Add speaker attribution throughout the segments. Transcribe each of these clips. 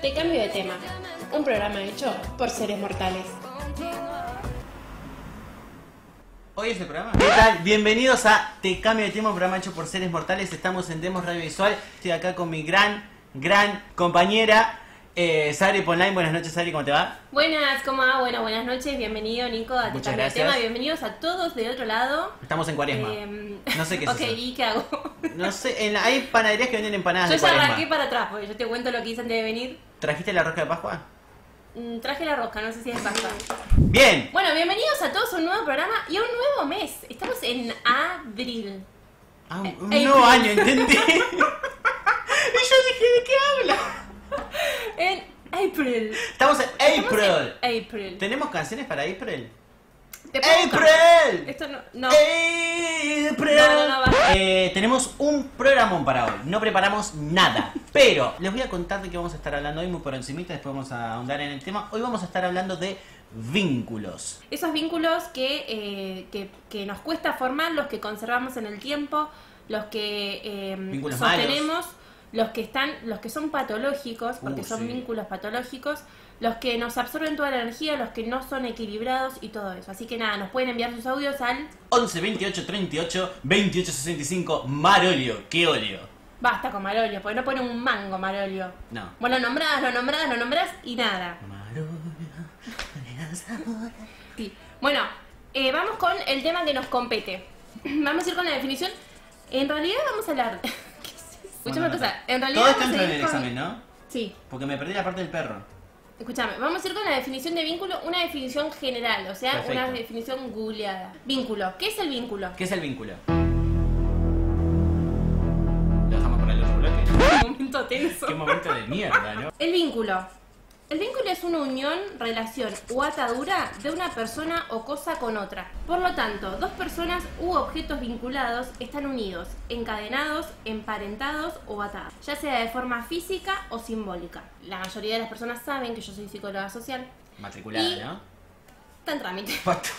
Speaker 1: Te cambio de tema. Un programa hecho por seres mortales.
Speaker 2: Hoy es el programa. ¿Qué tal? Bienvenidos a Te Cambio de Tema, un programa hecho por seres mortales. Estamos en Demos Radio Visual. Estoy acá con mi gran, gran compañera, eh, Sari Ponline. Buenas noches, Sari, ¿cómo te va?
Speaker 3: Buenas, ¿cómo va? Bueno, buenas noches, bienvenido Nico a Te
Speaker 2: Muchas
Speaker 3: Cambio de
Speaker 2: gracias.
Speaker 3: Tema, bienvenidos a todos de otro lado.
Speaker 2: Estamos en cuaresma.
Speaker 3: Em,
Speaker 2: No sé qué es
Speaker 3: Ok,
Speaker 2: eso.
Speaker 3: ¿y qué hago?
Speaker 2: No sé, en la- hay panaderías que venden empanadas
Speaker 3: yo
Speaker 2: de
Speaker 3: ya
Speaker 2: cuaresma.
Speaker 3: arranqué para atrás, porque yo te cuento lo que hice antes de venir.
Speaker 2: ¿Trajiste la rosca de Pascua?
Speaker 3: Mm, Traje la rosca, no sé si es pasta.
Speaker 2: Bien.
Speaker 3: Bueno, bienvenidos a todos a un nuevo programa y a un nuevo mes. Estamos en abril.
Speaker 2: Ah, un un
Speaker 3: Eh,
Speaker 2: nuevo
Speaker 3: eh.
Speaker 2: año, entendí. y yo dije, ¿de qué habla?
Speaker 3: En April.
Speaker 2: Estamos en
Speaker 3: Estamos en
Speaker 2: April.
Speaker 3: April.
Speaker 2: ¿Tenemos canciones para April?
Speaker 3: Te puedo buscar.
Speaker 2: ¡April!
Speaker 3: Esto no. no.
Speaker 2: April.
Speaker 3: No, no, no,
Speaker 2: Eh, tenemos un programón para hoy. No preparamos nada. Pero les voy a contar de qué vamos a estar hablando hoy muy por encimita. Después vamos a ahondar en el tema. Hoy vamos a estar hablando de vínculos.
Speaker 3: Esos vínculos que, eh, que, que nos cuesta formar, los que conservamos en el tiempo, los que eh,
Speaker 2: Vínculos
Speaker 3: sostenemos, los que están, los que son patológicos, porque
Speaker 2: Uh,
Speaker 3: son
Speaker 2: sí.
Speaker 3: vínculos patológicos, los que nos absorben toda la energía, los que no son equilibrados y todo eso. Así que nada, nos pueden enviar sus audios al
Speaker 2: 11 28 38 28 65 Marolio. ¡Qué olio!
Speaker 3: basta con Marolio, porque no ponen un mango Marolio.
Speaker 2: No.
Speaker 3: Bueno, nombradas, lo nombradas, lo nombradas y nada.
Speaker 2: Marolio. me das amor.
Speaker 3: Sí. Bueno, eh, vamos con el tema que nos compete. Vamos a ir con la definición. En realidad vamos a hablar. ¿Qué es eso? Escuchame
Speaker 2: Bueno,
Speaker 3: una cosa. En realidad.
Speaker 2: Todo esto
Speaker 3: vamos a
Speaker 2: entra en
Speaker 3: ir
Speaker 2: el
Speaker 3: con-
Speaker 2: examen, ¿no?
Speaker 3: Sí.
Speaker 2: Porque me perdí la parte del perro.
Speaker 3: Escúchame, vamos a ir con la definición de vínculo, una definición general, o sea,
Speaker 2: Perfecto.
Speaker 3: una definición googleada. Vínculo, ¿qué es el vínculo?
Speaker 2: ¿Qué es el vínculo? Lo dejamos para el otro bloque.
Speaker 3: momento tenso.
Speaker 2: Qué momento de mierda, ¿no?
Speaker 3: El vínculo. El vínculo es una unión, relación o atadura de una persona o cosa con otra. Por lo tanto, dos personas u objetos vinculados están unidos, encadenados, emparentados o atados, ya sea de forma física o simbólica. La mayoría de las personas saben que yo soy psicóloga social.
Speaker 2: Matriculada,
Speaker 3: Y-
Speaker 2: ¿no?
Speaker 3: Está en trámite.
Speaker 2: Pato.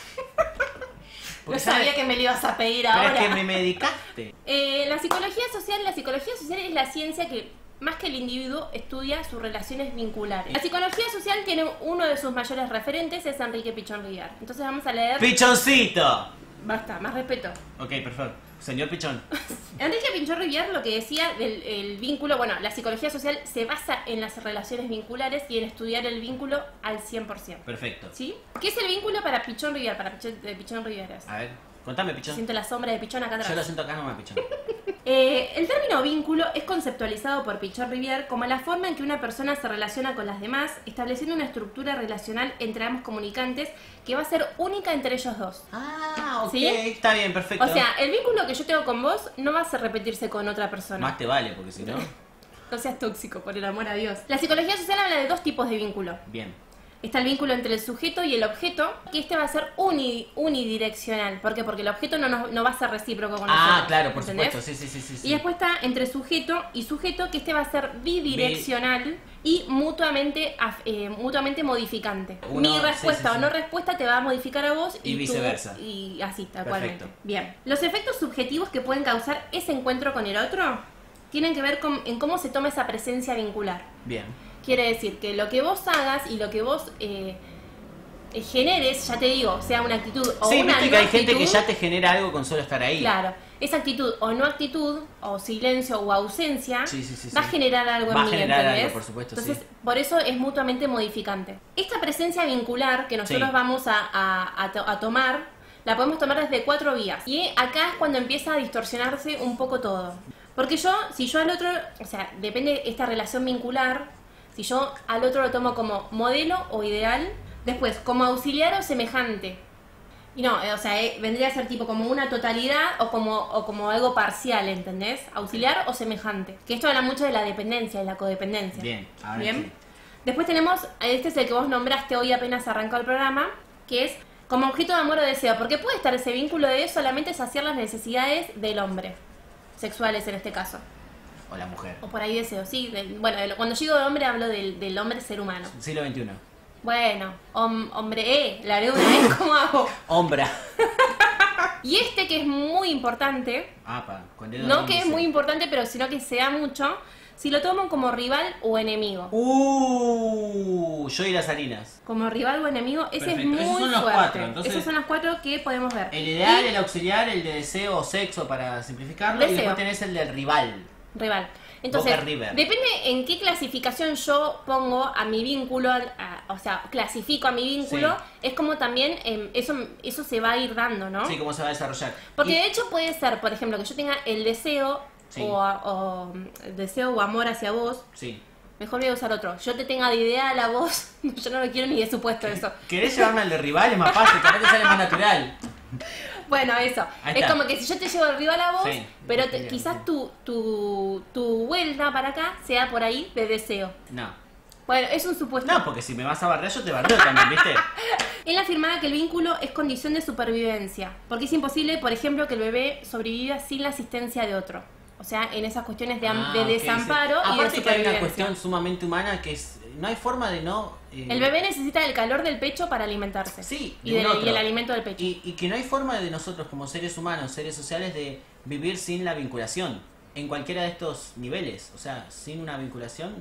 Speaker 3: No sabía que me lo ibas a pedir
Speaker 2: Pero
Speaker 3: ahora.
Speaker 2: es que me medicaste.
Speaker 3: Eh, la psicología social, la psicología social es la ciencia que más que el individuo estudia sus relaciones vinculares. La psicología social tiene uno de sus mayores referentes, es Enrique Pichón Rigar. Entonces vamos a leer...
Speaker 2: ¡Pichoncito!
Speaker 3: Basta, más respeto.
Speaker 2: Ok, perfecto. Señor Pichón.
Speaker 3: Enrique Pinchón Rivière lo que decía del el vínculo, bueno, la psicología social se basa en las relaciones vinculares y en estudiar el vínculo al 100%.
Speaker 2: Perfecto.
Speaker 3: ¿Sí? ¿Qué es el vínculo para Pichón Rivière? Para Pichón, de Pichón Rivière.
Speaker 2: A ver, contame, Pichón.
Speaker 3: Siento la sombra de Pichón acá atrás.
Speaker 2: Yo lo siento acá nomás, Pichón.
Speaker 3: Eh, el término vínculo es conceptualizado por Pichot Rivière como la forma en que una persona se relaciona con las demás, estableciendo una estructura relacional entre ambos comunicantes que va a ser única entre ellos dos.
Speaker 2: Ah, ok.
Speaker 3: ¿Sí?
Speaker 2: Está bien, perfecto.
Speaker 3: O sea, el vínculo que yo tengo con vos no va a ser repetirse con otra persona.
Speaker 2: Más te vale, porque si no.
Speaker 3: No seas tóxico, por el amor a Dios. La psicología social habla de dos tipos de vínculo.
Speaker 2: Bien.
Speaker 3: Está el vínculo entre el sujeto y el objeto, que este va a ser uni- unidireccional. ¿Por qué? Porque el objeto no, nos- no va a ser recíproco con nosotros.
Speaker 2: Ah, claro, por
Speaker 3: ¿entendés?
Speaker 2: supuesto. Sí, sí, sí, sí. sí.
Speaker 3: Y después está entre sujeto y sujeto, que este va a ser bidireccional y mutuamente, af- eh, mutuamente modificante.
Speaker 2: Uno-
Speaker 3: Mi
Speaker 2: sí,
Speaker 3: respuesta
Speaker 2: sí, sí.
Speaker 3: o no respuesta te va a modificar a vos
Speaker 2: Y
Speaker 3: y, tú-
Speaker 2: viceversa.
Speaker 3: y así, tal
Speaker 2: Perfecto.
Speaker 3: cual. Bien. Los efectos subjetivos que pueden causar ese encuentro con el otro tienen que ver con, en cómo se toma esa presencia vincular.
Speaker 2: Bien.
Speaker 3: Quiere decir que lo que vos hagas y lo que vos eh, eh, generes, ya te digo, sea una actitud o
Speaker 2: Sí,
Speaker 3: una
Speaker 2: viste
Speaker 3: no
Speaker 2: que hay gente que
Speaker 3: actitud,
Speaker 2: ya te genera algo con solo estar ahí.
Speaker 3: Claro, esa actitud o no actitud, o silencio o ausencia,
Speaker 2: Sí, sí, sí,
Speaker 3: va
Speaker 2: sí.
Speaker 3: a generar algo
Speaker 2: Va
Speaker 3: en
Speaker 2: a
Speaker 3: mí,
Speaker 2: generar algo,
Speaker 3: ¿entendés?
Speaker 2: por supuesto,
Speaker 3: Entonces,
Speaker 2: sí.
Speaker 3: por eso es mutuamente modificante. Esta presencia vincular que nosotros
Speaker 2: Sí.
Speaker 3: vamos a, a- a to- a tomar, la podemos tomar desde cuatro vías. Y acá es cuando empieza a distorsionarse un poco todo. Porque yo, si yo al otro, o sea, depende esta relación vincular, si yo al otro lo tomo como modelo o ideal, después como auxiliar o semejante. Y no, eh, o sea, eh, vendría a ser tipo como una totalidad o como, o como algo parcial, ¿entendés? Auxiliar o semejante. Que esto habla mucho de la dependencia, de la codependencia.
Speaker 2: Bien, ahora
Speaker 3: Bien.
Speaker 2: sí.
Speaker 3: Después tenemos, este es el que vos nombraste hoy apenas arrancó el programa, que es como objeto de amor o deseo. Porque puede estar ese vínculo de solamente saciar las necesidades del hombre, sexuales en este caso.
Speaker 2: O la mujer.
Speaker 3: O por ahí deseo, sí. del- bueno, del- cuando yo digo hombre hablo del, del hombre ser humano.
Speaker 2: Siglo XXI.
Speaker 3: Bueno, hom- hombre, eh, la haré una vez, ¿cómo hago?
Speaker 2: Hombra.
Speaker 3: Y este que es muy importante,
Speaker 2: Apa, con dedo
Speaker 3: no
Speaker 2: índice.
Speaker 3: que es muy importante, pero sino que se da mucho, si lo toman como rival o enemigo.
Speaker 2: Uh, yo y las harinas.
Speaker 3: Como rival o enemigo, ese
Speaker 2: Perfecto.
Speaker 3: es muy
Speaker 2: Esos son los
Speaker 3: fuerte.
Speaker 2: cuatro, entonces-
Speaker 3: Esos son los cuatro que podemos ver.
Speaker 2: El ideal,
Speaker 3: Y-
Speaker 2: el auxiliar, el de deseo o sexo, para simplificarlo. Y
Speaker 3: Deseo.
Speaker 2: después tenés el del rival.
Speaker 3: Rival. Entonces,
Speaker 2: Boca River.
Speaker 3: depende en qué clasificación yo pongo a mi vínculo, a- o sea, clasifico a mi vínculo, es como también em, eso, eso se va a ir dando, ¿no?
Speaker 2: Sí, cómo se va a desarrollar.
Speaker 3: Porque
Speaker 2: Y-
Speaker 3: de hecho puede ser, por ejemplo, que yo tenga el deseo
Speaker 2: Sí.
Speaker 3: o, o, mm, deseo o amor hacia vos,
Speaker 2: Sí.
Speaker 3: mejor voy a usar otro, yo te tenga de ideal a vos, yo no lo quiero ni de supuesto eso.
Speaker 2: ¿Querés llevarme al de rival? Es más fácil, capaz te sale más natural.
Speaker 3: Bueno, eso.
Speaker 2: Ahí
Speaker 3: Es
Speaker 2: está.
Speaker 3: como que si yo te llevo el rival a vos,
Speaker 2: Sí,
Speaker 3: pero
Speaker 2: bien,
Speaker 3: te-
Speaker 2: bien.
Speaker 3: quizás tu, tu, tu vuelta para acá sea por ahí de deseo.
Speaker 2: No.
Speaker 3: Bueno, es un supuesto.
Speaker 2: No, porque si me vas a barrer, yo te barreo también, ¿viste?
Speaker 3: Él afirmaba que el vínculo es condición de supervivencia, porque es imposible, por ejemplo, que el bebé sobreviva sin la asistencia de otro. O sea, en esas cuestiones de, am-
Speaker 2: Ah,
Speaker 3: de
Speaker 2: ok, sí.
Speaker 3: desamparo y de
Speaker 2: Aparte que hay
Speaker 3: supervivencia.
Speaker 2: una cuestión sumamente humana que es... No hay forma de no... eh,
Speaker 3: El bebé necesita el calor del pecho para alimentarse.
Speaker 2: Sí,
Speaker 3: y,
Speaker 2: de un
Speaker 3: del- y
Speaker 2: otro.
Speaker 3: el alimento del pecho.
Speaker 2: Y, y que no hay forma de nosotros como seres humanos, seres sociales, de vivir sin la vinculación. En cualquiera de estos niveles. O sea, sin una vinculación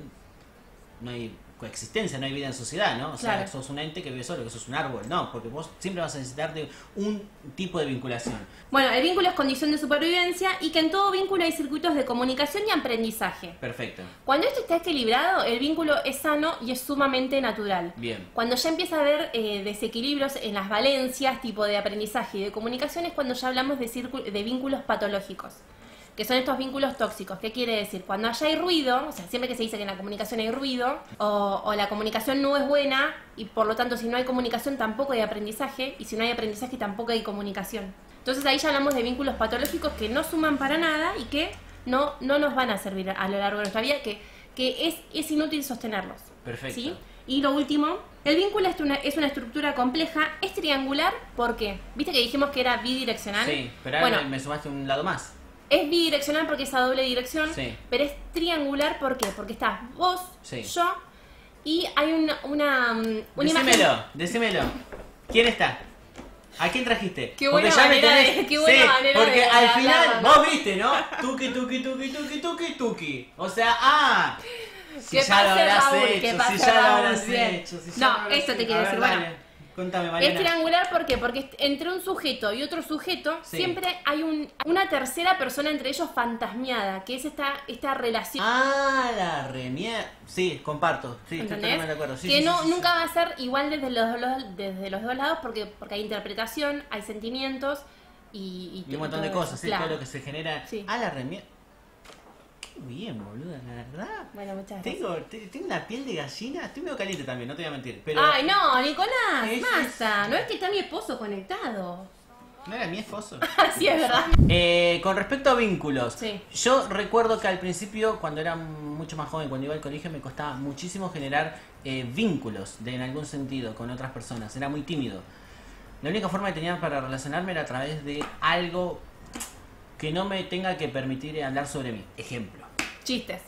Speaker 2: no hay coexistencia, no hay vida en sociedad, ¿no? O sea,
Speaker 3: Claro.
Speaker 2: sos un ente que vive solo, que sos un árbol. No, porque vos siempre vas a necesitar de un tipo de vinculación.
Speaker 3: Bueno, el vínculo es condición de supervivencia y que en todo vínculo hay circuitos de comunicación y aprendizaje.
Speaker 2: Perfecto.
Speaker 3: Cuando esto está equilibrado, el vínculo es sano y es sumamente natural.
Speaker 2: Bien.
Speaker 3: Cuando ya empieza a haber eh, desequilibrios en las valencias, tipo de aprendizaje y de comunicación, es cuando ya hablamos de, círcu- de vínculos patológicos, que son estos vínculos tóxicos. ¿Qué quiere decir? Cuando allá hay ruido, o sea, siempre que se dice que en la comunicación hay ruido, o, o la comunicación no es buena, y por lo tanto si no hay comunicación tampoco hay aprendizaje, y si no hay aprendizaje tampoco hay comunicación. Entonces ahí ya hablamos de vínculos patológicos que no suman para nada y que no, no nos van a servir a lo largo de nuestra vida, que, que es, es inútil sostenerlos.
Speaker 2: Perfecto.
Speaker 3: ¿sí? Y lo último, el vínculo es una, es una estructura compleja, es triangular, ¿por qué? ¿Viste que dijimos que era bidireccional?
Speaker 2: Sí, pero ahora
Speaker 3: ¿Ah? bueno,
Speaker 2: me- me sumaste un lado más.
Speaker 3: es bidireccional porque es a doble dirección,
Speaker 2: Sí.
Speaker 3: pero es triangular, ¿por qué? Porque estás vos,
Speaker 2: Sí.
Speaker 3: yo, y hay una, una, um, una
Speaker 2: decímelo,
Speaker 3: imagen...
Speaker 2: decímelo. ¿Quién está? ¿A quién trajiste?
Speaker 3: Qué buena manera de- qué buena manera
Speaker 2: porque
Speaker 3: de
Speaker 2: al
Speaker 3: hablar,
Speaker 2: final
Speaker 3: la verdad.
Speaker 2: vos viste, ¿no? Tuki, tuki, tuki, tuki, tuki, tuki. O sea, ah. Si
Speaker 3: Que
Speaker 2: ya lo
Speaker 3: pase
Speaker 2: habrás
Speaker 3: Raúl, que
Speaker 2: hecho, si
Speaker 3: pase
Speaker 2: ya lo
Speaker 3: Raúl,
Speaker 2: habrás
Speaker 3: bien.
Speaker 2: hecho. si ya
Speaker 3: No,
Speaker 2: lo habrás
Speaker 3: esto te
Speaker 2: hecho.
Speaker 3: quiero
Speaker 2: A
Speaker 3: decir,
Speaker 2: ver,
Speaker 3: bueno.
Speaker 2: dale. Contame,
Speaker 3: Es
Speaker 2: Mariana.
Speaker 3: triangular ¿por qué? porque entre un sujeto y otro sujeto
Speaker 2: Sí.
Speaker 3: siempre hay un, una tercera persona entre ellos fantasmeada, que es esta, esta relación.
Speaker 2: Ah, la remier... Sí, comparto. Sí, estoy
Speaker 3: ¿Entendés?
Speaker 2: totalmente de acuerdo. Sí,
Speaker 3: que
Speaker 2: sí,
Speaker 3: no,
Speaker 2: sí, sí,
Speaker 3: nunca va a ser igual desde los, los- desde los dos lados porque, porque hay interpretación, hay sentimientos y,
Speaker 2: Y un montón
Speaker 3: todo
Speaker 2: de
Speaker 3: eso,
Speaker 2: cosas, sí,
Speaker 3: claro.
Speaker 2: todo lo que se genera.
Speaker 3: Sí.
Speaker 2: Ah, la remier... Qué bien, boluda, la verdad.
Speaker 3: Bueno, muchas gracias.
Speaker 2: Tengo, te- tengo una piel de gallina, estoy medio caliente también, no te voy a mentir. Pero
Speaker 3: Ay, no, Nicolás,
Speaker 2: Es-
Speaker 3: basta. No es que está mi esposo conectado.
Speaker 2: no era mi esposo.
Speaker 3: Así es verdad.
Speaker 2: Eh, con respecto a vínculos,
Speaker 3: Sí.
Speaker 2: yo recuerdo que al principio, cuando era mucho más joven, cuando iba al colegio, me costaba muchísimo generar eh, vínculos de, en algún sentido con otras personas. Era muy tímido. La única forma que tenía para relacionarme era a través de algo que no me tenga que permitir hablar sobre mí. Ejemplo.
Speaker 3: Chistes.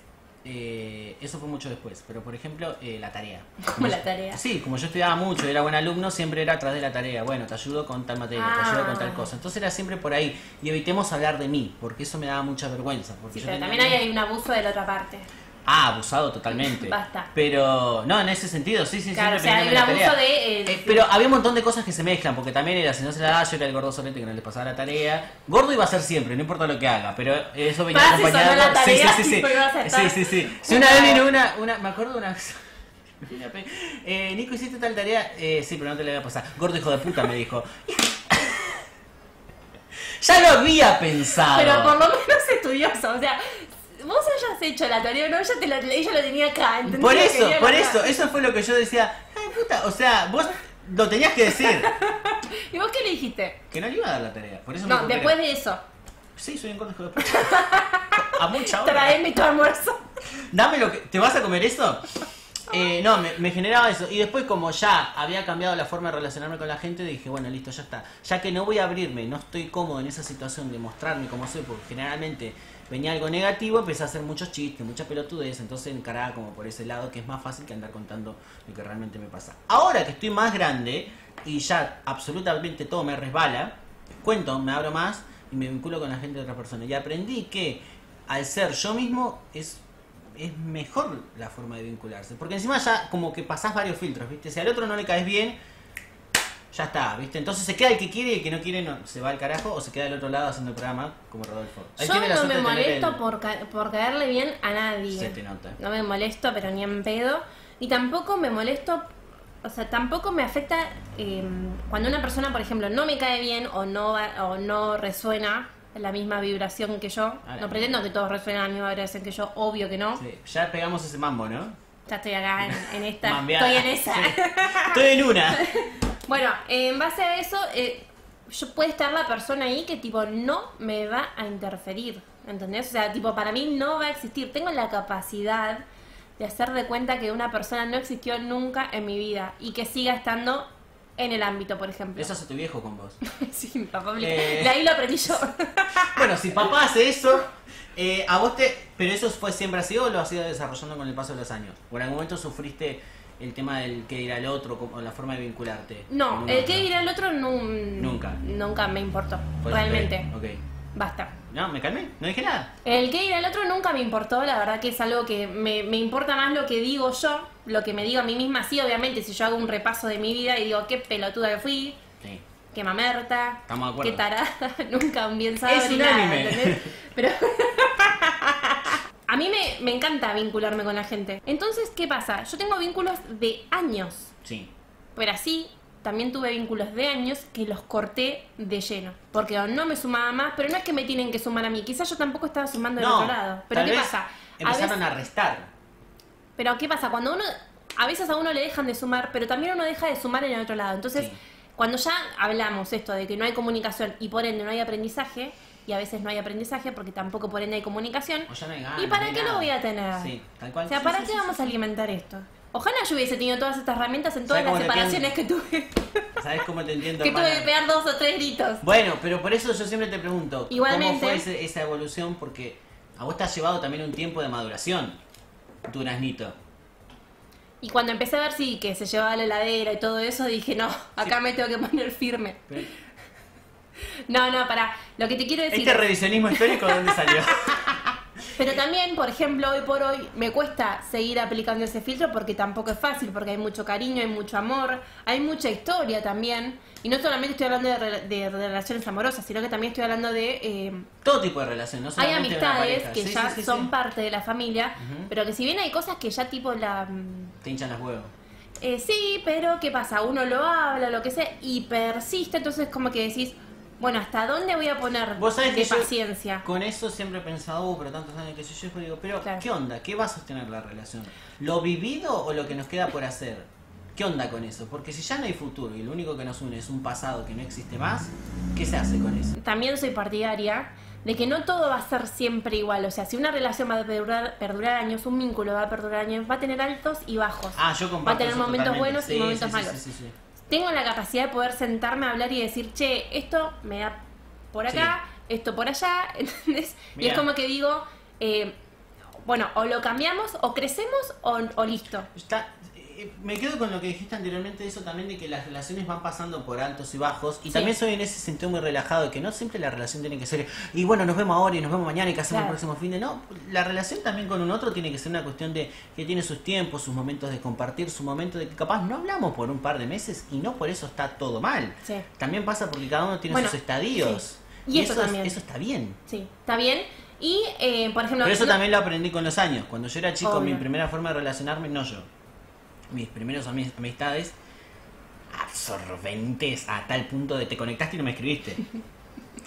Speaker 2: Eh, eso fue mucho después, pero por ejemplo, eh, la tarea.
Speaker 3: Como la tarea.
Speaker 2: Sí, como yo estudiaba mucho, era buen alumno, siempre era atrás de la tarea. Bueno, te ayudo con tal materia, te ayudo con tal
Speaker 3: Ah.
Speaker 2: cosa. Entonces era siempre por ahí. Y evitemos hablar de mí, porque eso me daba mucha vergüenza.
Speaker 3: Sí,
Speaker 2: Porque yo
Speaker 3: pero
Speaker 2: tenía-
Speaker 3: también hay, hay un abuso de la otra parte.
Speaker 2: Ah, abusado totalmente.
Speaker 3: Basta.
Speaker 2: Pero, no, en ese sentido, sí, sí,
Speaker 3: Claro,
Speaker 2: siempre
Speaker 3: o sea,
Speaker 2: pendiente
Speaker 3: hay un
Speaker 2: la
Speaker 3: abuso
Speaker 2: tarea.
Speaker 3: de, eh,
Speaker 2: Eh, pero había un montón de cosas que se mezclan, porque también era, si no se la daba, yo era el gordo solete que no le pasaba la tarea. Gordo iba a ser siempre, no importa lo que haga, pero eso venía
Speaker 3: Pase, sonó
Speaker 2: acompañado.
Speaker 3: la tarea,
Speaker 2: sí, sí, sí,
Speaker 3: tipo, ibas a
Speaker 2: sí. Sí,
Speaker 3: estar-
Speaker 2: sí, sí. Si una vez vino una, una, me acuerdo de una vez. Eh, Nico, hiciste tal tarea. Eh, sí, pero no te la voy a pasar. Gordo hijo de puta, me dijo. ya lo había pensado.
Speaker 3: Pero por lo menos estudioso, o sea, vos hayas hecho la tarea o no, ella, te la, ella lo tenía acá, ¿entendés?
Speaker 2: Por
Speaker 3: Lo
Speaker 2: eso,
Speaker 3: tenía
Speaker 2: por
Speaker 3: acá.
Speaker 2: eso, eso fue lo que yo decía. Ay, puta, o sea, vos lo tenías que decir.
Speaker 3: ¿Y vos qué le dijiste?
Speaker 2: Que no le iba a dar la tarea. Por eso me
Speaker 3: No,
Speaker 2: recuperé.
Speaker 3: después de eso,
Speaker 2: Sí, soy un gordo hijo de puta. A mucha hora.
Speaker 3: traeme tu almuerzo.
Speaker 2: Dame lo que. ¿Te vas a comer eso? Eh, no, me, me generaba eso. Y después, como ya había cambiado la forma de relacionarme con la gente, dije, bueno, listo, ya está. Ya que no voy a abrirme, no estoy cómodo en esa situación de mostrarme como soy, porque generalmente venía algo negativo, empecé a hacer muchos chistes, mucha pelotudez, entonces encaraba como por ese lado que es más fácil que andar contando lo que realmente me pasa. Ahora que estoy más grande y ya absolutamente todo me resbala, cuento, me abro más y me vinculo con la gente de otra persona. Y aprendí que al ser yo mismo es es mejor la forma de vincularse. Porque encima ya como que pasás varios filtros, ¿viste? Si al otro no le caes bien, ya está, ¿viste? Entonces se queda el que quiere y el que no quiere no, se va al carajo o se queda del otro lado haciendo el programa como Rodolfo. Él
Speaker 3: Yo
Speaker 2: tiene la
Speaker 3: no
Speaker 2: suerte
Speaker 3: me
Speaker 2: de tener
Speaker 3: molesto
Speaker 2: el-
Speaker 3: por, ca- por caerle bien a nadie.
Speaker 2: Se te nota.
Speaker 3: No me molesto, pero ni en pedo. Y tampoco me molesto, o sea, tampoco me afecta eh, cuando una persona, por ejemplo, no me cae bien o no, va- o no resuena la misma vibración que yo.
Speaker 2: Ah,
Speaker 3: No pretendo que todos resuenen la misma vibración que yo, obvio que no.
Speaker 2: Sí, ya pegamos ese mambo, ¿no?
Speaker 3: Ya estoy acá en, en esta.
Speaker 2: Mambeada.
Speaker 3: Estoy en esa.
Speaker 2: Sí. Estoy en una.
Speaker 3: Bueno, en base a eso, eh, yo puede estar la persona ahí que tipo no me va a interferir, ¿entendés? O sea, tipo para mí no va a existir. Tengo la capacidad de hacer de cuenta que una persona no existió nunca en mi vida y que siga estando en el ámbito, por ejemplo.
Speaker 2: Eso hace tu viejo con vos.
Speaker 3: sí, mi papá me-
Speaker 2: Eh.
Speaker 3: De ahí lo aprendí yo.
Speaker 2: Bueno, si papá hace eso, eh, a vos te... ¿Pero eso fue siempre así o lo has ido desarrollando con el paso de los años? ¿O en algún momento sufriste el tema del que dirá el otro o la forma de vincularte?
Speaker 3: No,
Speaker 2: Con un
Speaker 3: el
Speaker 2: otro.
Speaker 3: que dirá el otro no-
Speaker 2: Nunca.
Speaker 3: Nunca me importó,
Speaker 2: Pues,
Speaker 3: realmente.
Speaker 2: Ok. ok.
Speaker 3: Basta.
Speaker 2: No, me calmé, no dije nada.
Speaker 3: El que ir al otro nunca me importó, la verdad que es algo que me, me importa más lo que digo yo, lo que me digo a mí misma, sí, obviamente, si yo hago un repaso de mi vida y digo, qué pelotuda que fui,
Speaker 2: Sí.
Speaker 3: qué mamerta,
Speaker 2: Estamos de acuerdo.
Speaker 3: qué tarada, nunca un bien sabe.
Speaker 2: Es
Speaker 3: ni nada,
Speaker 2: unánime.
Speaker 3: ¿entendés? Pero a mí me, me encanta vincularme con la gente. Entonces, ¿qué pasa? Yo tengo vínculos de años,
Speaker 2: Sí.
Speaker 3: pero así también tuve vínculos de años que los corté de lleno. Porque o no me sumaba más, pero no es que me tienen que sumar a mí. Quizás yo tampoco estaba sumando del otro lado. Pero
Speaker 2: tal
Speaker 3: ¿qué
Speaker 2: vez
Speaker 3: pasa? A
Speaker 2: Empezaron
Speaker 3: veces-
Speaker 2: a restar.
Speaker 3: Pero ¿qué pasa? Cuando uno. A veces a uno le dejan de sumar, pero también uno deja de sumar en el otro lado. Entonces,
Speaker 2: Sí.
Speaker 3: cuando ya hablamos esto de que no hay comunicación y por ende no hay aprendizaje, y a veces no hay aprendizaje porque tampoco por ende hay comunicación,
Speaker 2: O ya no hay ganas,
Speaker 3: ¿y
Speaker 2: no
Speaker 3: para
Speaker 2: hay
Speaker 3: qué lo
Speaker 2: nada.
Speaker 3: voy a tener?
Speaker 2: Sí, tal cual.
Speaker 3: O sea,
Speaker 2: Sí,
Speaker 3: ¿para
Speaker 2: sí,
Speaker 3: qué
Speaker 2: sí,
Speaker 3: vamos a alimentar esto? Ojalá yo hubiese tenido todas estas herramientas en todas
Speaker 2: ¿Sabes
Speaker 3: las
Speaker 2: cómo te
Speaker 3: separaciones que tuve.
Speaker 2: ¿Sabes cómo te entiendo?
Speaker 3: Que tuve
Speaker 2: hermana?
Speaker 3: que pegar dos o tres gritos.
Speaker 2: Bueno, pero por eso yo siempre te pregunto,
Speaker 3: Igualmente.
Speaker 2: ¿cómo fue ese- esa evolución? Porque a vos te ha llevado también un tiempo de maduración, Duraznito.
Speaker 3: Y cuando empecé a ver sí, que se llevaba la heladera y todo eso, dije, no, acá me tengo que poner firme.
Speaker 2: Pero-
Speaker 3: No, no, para. Lo que te quiero decir.
Speaker 2: Este revisionismo histórico, ¿dónde salió?
Speaker 3: Pero también, por ejemplo, hoy por hoy me cuesta seguir aplicando ese filtro porque tampoco es fácil, porque hay mucho cariño, hay mucho amor, hay mucha historia también. Y no solamente estoy hablando de, rela- de relaciones amorosas, sino que también estoy hablando de... eh,
Speaker 2: Todo tipo de relación, no
Speaker 3: hay
Speaker 2: solamente una
Speaker 3: amistades
Speaker 2: pareja.
Speaker 3: que
Speaker 2: Sí,
Speaker 3: ya
Speaker 2: sí, sí,
Speaker 3: son
Speaker 2: sí.
Speaker 3: parte de la familia,
Speaker 2: Ujú.
Speaker 3: pero que si bien hay cosas que ya tipo la... mm,
Speaker 2: Te hinchan los huevos.
Speaker 3: eh, sí, pero ¿qué pasa? Uno lo habla, lo que sea, y persiste, entonces como que decís, bueno, ¿hasta dónde voy a poner
Speaker 2: Vos sabés
Speaker 3: de
Speaker 2: que yo-
Speaker 3: paciencia?
Speaker 2: Con eso siempre he pensado, "Uh, pero tantos años que soy yo, yo digo, pero
Speaker 3: Claro.
Speaker 2: ¿qué onda? ¿Qué va a sostener la relación? ¿Lo vivido o lo que nos queda por hacer? ¿Qué onda con eso? Porque si ya no hay futuro y lo único que nos une es un pasado que no existe más, ¿qué se hace con eso?
Speaker 3: También soy partidaria de que no todo va a ser siempre igual. O sea, si una relación va a perdurar, perdurar años, un vínculo va a perdurar años, va a tener altos y bajos.
Speaker 2: Ah, yo comparto
Speaker 3: Va a tener
Speaker 2: eso
Speaker 3: momentos
Speaker 2: totalmente.
Speaker 3: buenos y
Speaker 2: Sí,
Speaker 3: momentos
Speaker 2: sí, sí,
Speaker 3: malos.
Speaker 2: sí, sí, sí.
Speaker 3: Tengo la capacidad de poder sentarme a hablar y decir, che, esto me da por acá, esto por allá, ¿entendés? Y
Speaker 2: Mirá.
Speaker 3: es como que digo, eh, bueno, o lo cambiamos, o crecemos, o, o listo.
Speaker 2: Está- eh, me quedo con lo que dijiste anteriormente, eso también de que las relaciones van pasando por altos y bajos. Y
Speaker 3: Sí.
Speaker 2: también soy en ese sentido muy relajado, que no siempre la relación tiene que ser, y bueno, nos vemos ahora y nos vemos mañana y que hacemos
Speaker 3: Claro.
Speaker 2: el próximo fin de. No, la relación también con un otro tiene que ser una cuestión de que tiene sus tiempos, sus momentos de compartir, su momento de que capaz no hablamos por un par de meses y no por eso está todo mal.
Speaker 3: Sí.
Speaker 2: También pasa porque cada uno tiene
Speaker 3: Bueno,
Speaker 2: sus estadios.
Speaker 3: sí. Y eso
Speaker 2: eso, es-
Speaker 3: también.
Speaker 2: eso está bien.
Speaker 3: Sí, ¿está bien? Y, eh, por ejemplo...
Speaker 2: Pero eso
Speaker 3: no-
Speaker 2: también lo aprendí con los años. Cuando yo era chico,
Speaker 3: Obvio.
Speaker 2: mi primera forma de relacionarme, no yo. Mis primeros ami- amistades, absorbentes a tal punto de te conectaste y no me escribiste.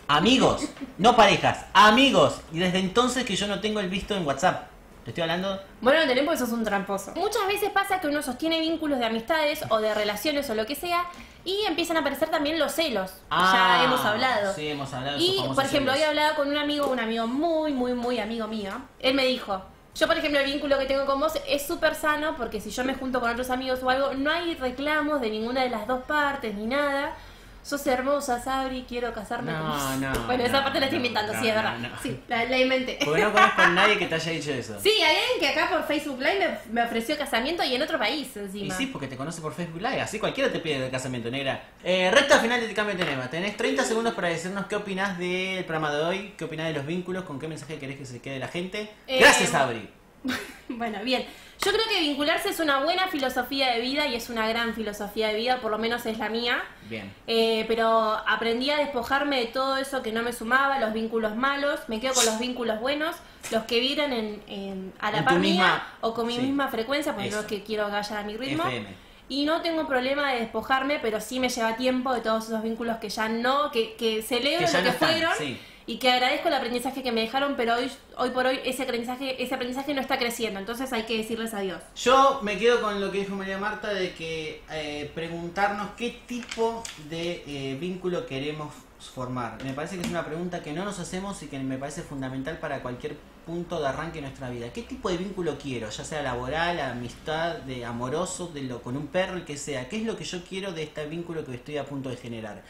Speaker 2: amigos, no parejas, amigos. Y desde entonces que yo no tengo el visto en WhatsApp. Te estoy hablando.
Speaker 3: Bueno, lo tenés porque sos un tramposo. Muchas veces pasa que uno sostiene vínculos de amistades o de relaciones o lo que sea y empiezan a aparecer también los celos. ya hemos hablado.
Speaker 2: Ah, Sí, hemos hablado. de esos
Speaker 3: y,
Speaker 2: famosos
Speaker 3: por ejemplo, hoy
Speaker 2: celos.
Speaker 3: hablaba con un amigo, un amigo muy, muy, muy amigo mío. Él me dijo, yo, por ejemplo, el vínculo que tengo con vos es súper sano porque si yo me junto con otros amigos o algo, no hay reclamos de ninguna de las dos partes ni nada. Sos hermosa, Sabri, quiero casarme
Speaker 2: No,
Speaker 3: con vos.
Speaker 2: no,
Speaker 3: Bueno, esa
Speaker 2: no,
Speaker 3: parte la estoy
Speaker 2: no,
Speaker 3: inventando,
Speaker 2: no,
Speaker 3: sí, es
Speaker 2: no,
Speaker 3: verdad.
Speaker 2: no.
Speaker 3: Sí, la, la inventé.
Speaker 2: Porque no conozco a nadie que te haya dicho eso.
Speaker 3: Sí, alguien que acá por Facebook Live me, me ofreció casamiento y en otro país
Speaker 2: Y
Speaker 3: encima.
Speaker 2: sí, porque te conoce por Facebook Live, así cualquiera te pide el casamiento, negra. Eh, recta final de Te cambio de tema. Tenés 30 segundos para decirnos qué opinás del programa de hoy, qué opinás de los vínculos, con qué mensaje querés que se quede la gente.
Speaker 3: Eh,
Speaker 2: Gracias, Abri.
Speaker 3: Bueno, bien. Yo creo que vincularse es una buena filosofía de vida y es una gran filosofía de vida, por lo menos es la mía.
Speaker 2: Bien.
Speaker 3: Eh, pero aprendí a despojarme de todo eso que no me sumaba, los vínculos malos, me quedo con los vínculos buenos, los que vibran en, en- a la
Speaker 2: En tu
Speaker 3: par
Speaker 2: misma-
Speaker 3: mía o con mi
Speaker 2: sí.
Speaker 3: misma frecuencia, porque
Speaker 2: Eso.
Speaker 3: no es que quiero que haya mi ritmo.
Speaker 2: FM.
Speaker 3: Y no tengo problema de despojarme, pero sí me lleva tiempo de todos esos vínculos que ya no, que, que celebro
Speaker 2: Que ya
Speaker 3: lo
Speaker 2: no
Speaker 3: que
Speaker 2: están,
Speaker 3: fueron
Speaker 2: sí.
Speaker 3: y que agradezco el aprendizaje que me dejaron, pero hoy, hoy por hoy ese aprendizaje, ese aprendizaje no está creciendo, entonces hay que decirles adiós.
Speaker 2: Yo me quedo con lo que dijo María Marta de que eh, preguntarnos qué tipo de eh, vínculo queremos formar. Me parece que es una pregunta que no nos hacemos y que me parece fundamental para cualquier punto de arranque de nuestra vida. ¿Qué tipo de vínculo quiero? Ya sea laboral, amistad, de amoroso, de lo con un perro, el que sea. ¿Qué es lo que yo quiero de este vínculo que estoy a punto de generar?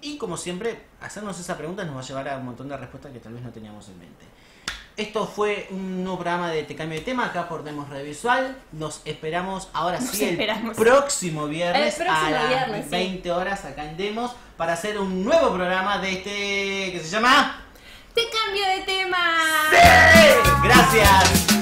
Speaker 2: Y como siempre, hacernos esa pregunta nos va a llevar a un montón de respuestas que tal vez no teníamos en mente. Esto fue un nuevo programa de Te Cambio de Tema acá por Demos Revisual. Nos esperamos ahora
Speaker 3: Nos
Speaker 2: sí
Speaker 3: esperamos.
Speaker 2: el próximo viernes
Speaker 3: El próximo
Speaker 2: a las
Speaker 3: viernes, sí.
Speaker 2: 20 horas acá en Demos para hacer un nuevo programa de este que se llama
Speaker 3: Te cambio de tema.
Speaker 2: Gracias.